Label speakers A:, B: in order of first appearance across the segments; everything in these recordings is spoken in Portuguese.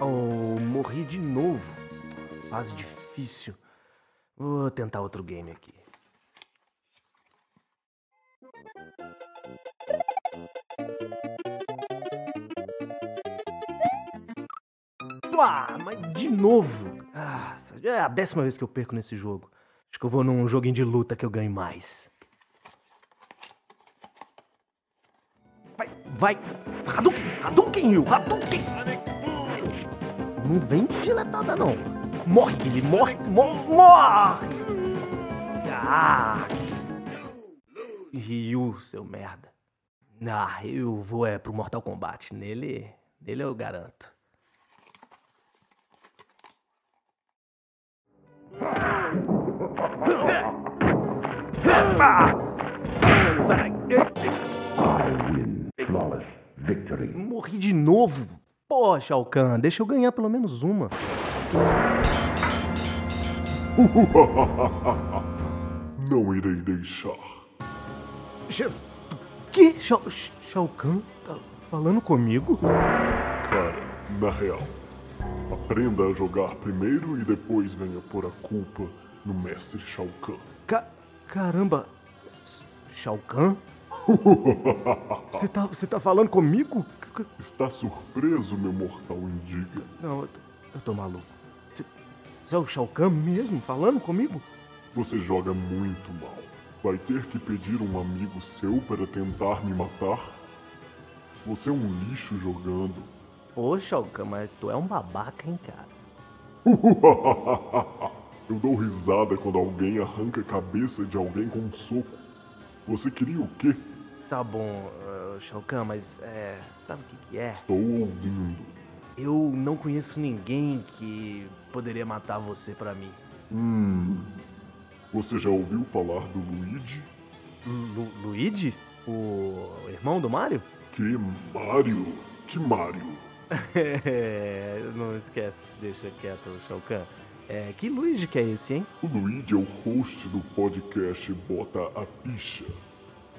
A: Oh, morri de novo. Fase difícil. Vou tentar outro game aqui. Ah, mas de novo. Ah, já é a décima vez que eu perco nesse jogo. Acho que eu vou num joguinho de luta que eu ganho mais. Vai, vai. Hadouken, Hadouken, Ryu, Hadouken. Não vem de giletada, não. Morre, Guilherme, morre, morre, morre. Ah. Ryu, seu merda. Ah, eu vou é pro Mortal Kombat. Nele, nele eu garanto. Ah! Ai, ai, ai,
B: I win flawless victory.
A: Morri de novo. Poxa, Shao Kahn, deixa eu ganhar pelo menos uma.
C: Não irei deixar.
A: Sha- Que? Shao, Shao Kahn tá falando comigo?
C: Cara, na real, aprenda a jogar primeiro e depois venha pôr a culpa no mestre Shao Kahn.
A: Ca- caramba, S- Shao Kahn? Você tá, você tá falando comigo? C- c-
C: Está surpreso, meu mortal indiga?
A: Não, eu tô, eu tô maluco. Você- Você é o Shao Kahn mesmo falando comigo?
C: Você joga muito mal. Vai ter que pedir um amigo seu para tentar me matar? Você é um lixo jogando.
A: Ô, Shao Kahn, mas tu é um babaca, hein, cara?
C: Eu dou risada quando alguém arranca a cabeça de alguém com um soco. Você queria o quê?
A: Tá bom, eh, Shao Kahn, mas é, sabe o que que é?
C: Estou ouvindo.
A: Eu não conheço ninguém que poderia matar você pra mim.
C: Você já ouviu falar do Luigi?
A: Lu Luigi? O irmão do Mario?
C: Que Mario? Que Mario?
A: É, não esquece, deixa quieto, Shao Kahn. É, que Luigi que é esse, hein?
C: O Luigi é o host do podcast Bota a Ficha.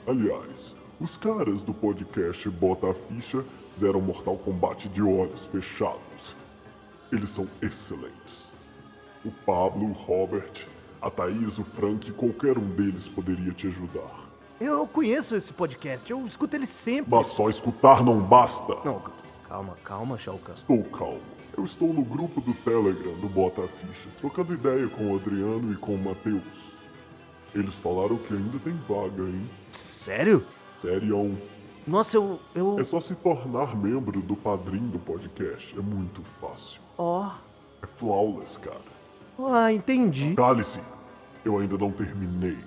C: Aliás, os caras do podcast Bota a Ficha zeram Mortal Kombat de olhos fechados. Eles são excelentes. O Pablo, o Robert, a Thaís, o Frank, qualquer um deles poderia te ajudar.
A: Eu conheço esse podcast, eu escuto ele sempre.
C: Mas só escutar não basta.
A: Não, calma, calma, Shao Kahn.
C: Estou calmo. Eu estou no grupo do Telegram do Bota a Ficha, trocando ideia com o Adriano e com o Matheus. Eles falaram que ainda tem vaga, hein?
A: Sério?
C: Sério?
A: Nossa, eu. eu...
C: É só se tornar membro do padrinho do podcast. É muito fácil.
A: Ó.
C: É flawless, cara.
A: Ah, entendi.
C: Cale-se! Eu ainda não terminei.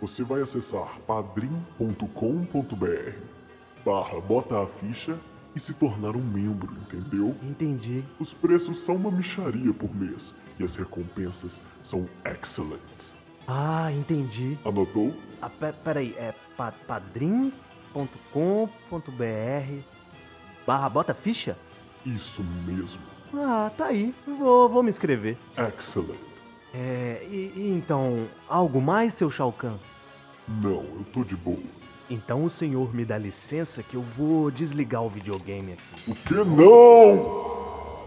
C: Você vai acessar padrim.com.br barra bota a ficha e se tornar um membro, entendeu?
A: Entendi.
C: Os preços são uma micharia por mês e as recompensas são excelentes.
A: Ah, entendi.
C: Anotou?
A: Ah, pe- peraí, é pa padrim.com.br barra bota ficha?
C: Isso mesmo.
A: Ah, tá aí. Vou, vou me inscrever.
C: Excellent.
A: É, e, e então, algo mais, seu Shao Kahn?
C: Não, eu tô de boa.
A: Então o senhor me dá licença que eu vou desligar o videogame aqui.
C: O que não?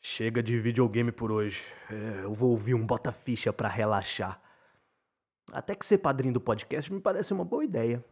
A: Chega de videogame por hoje. É, eu vou ouvir um bota ficha pra relaxar. Até que ser padrinho do podcast me parece uma boa ideia.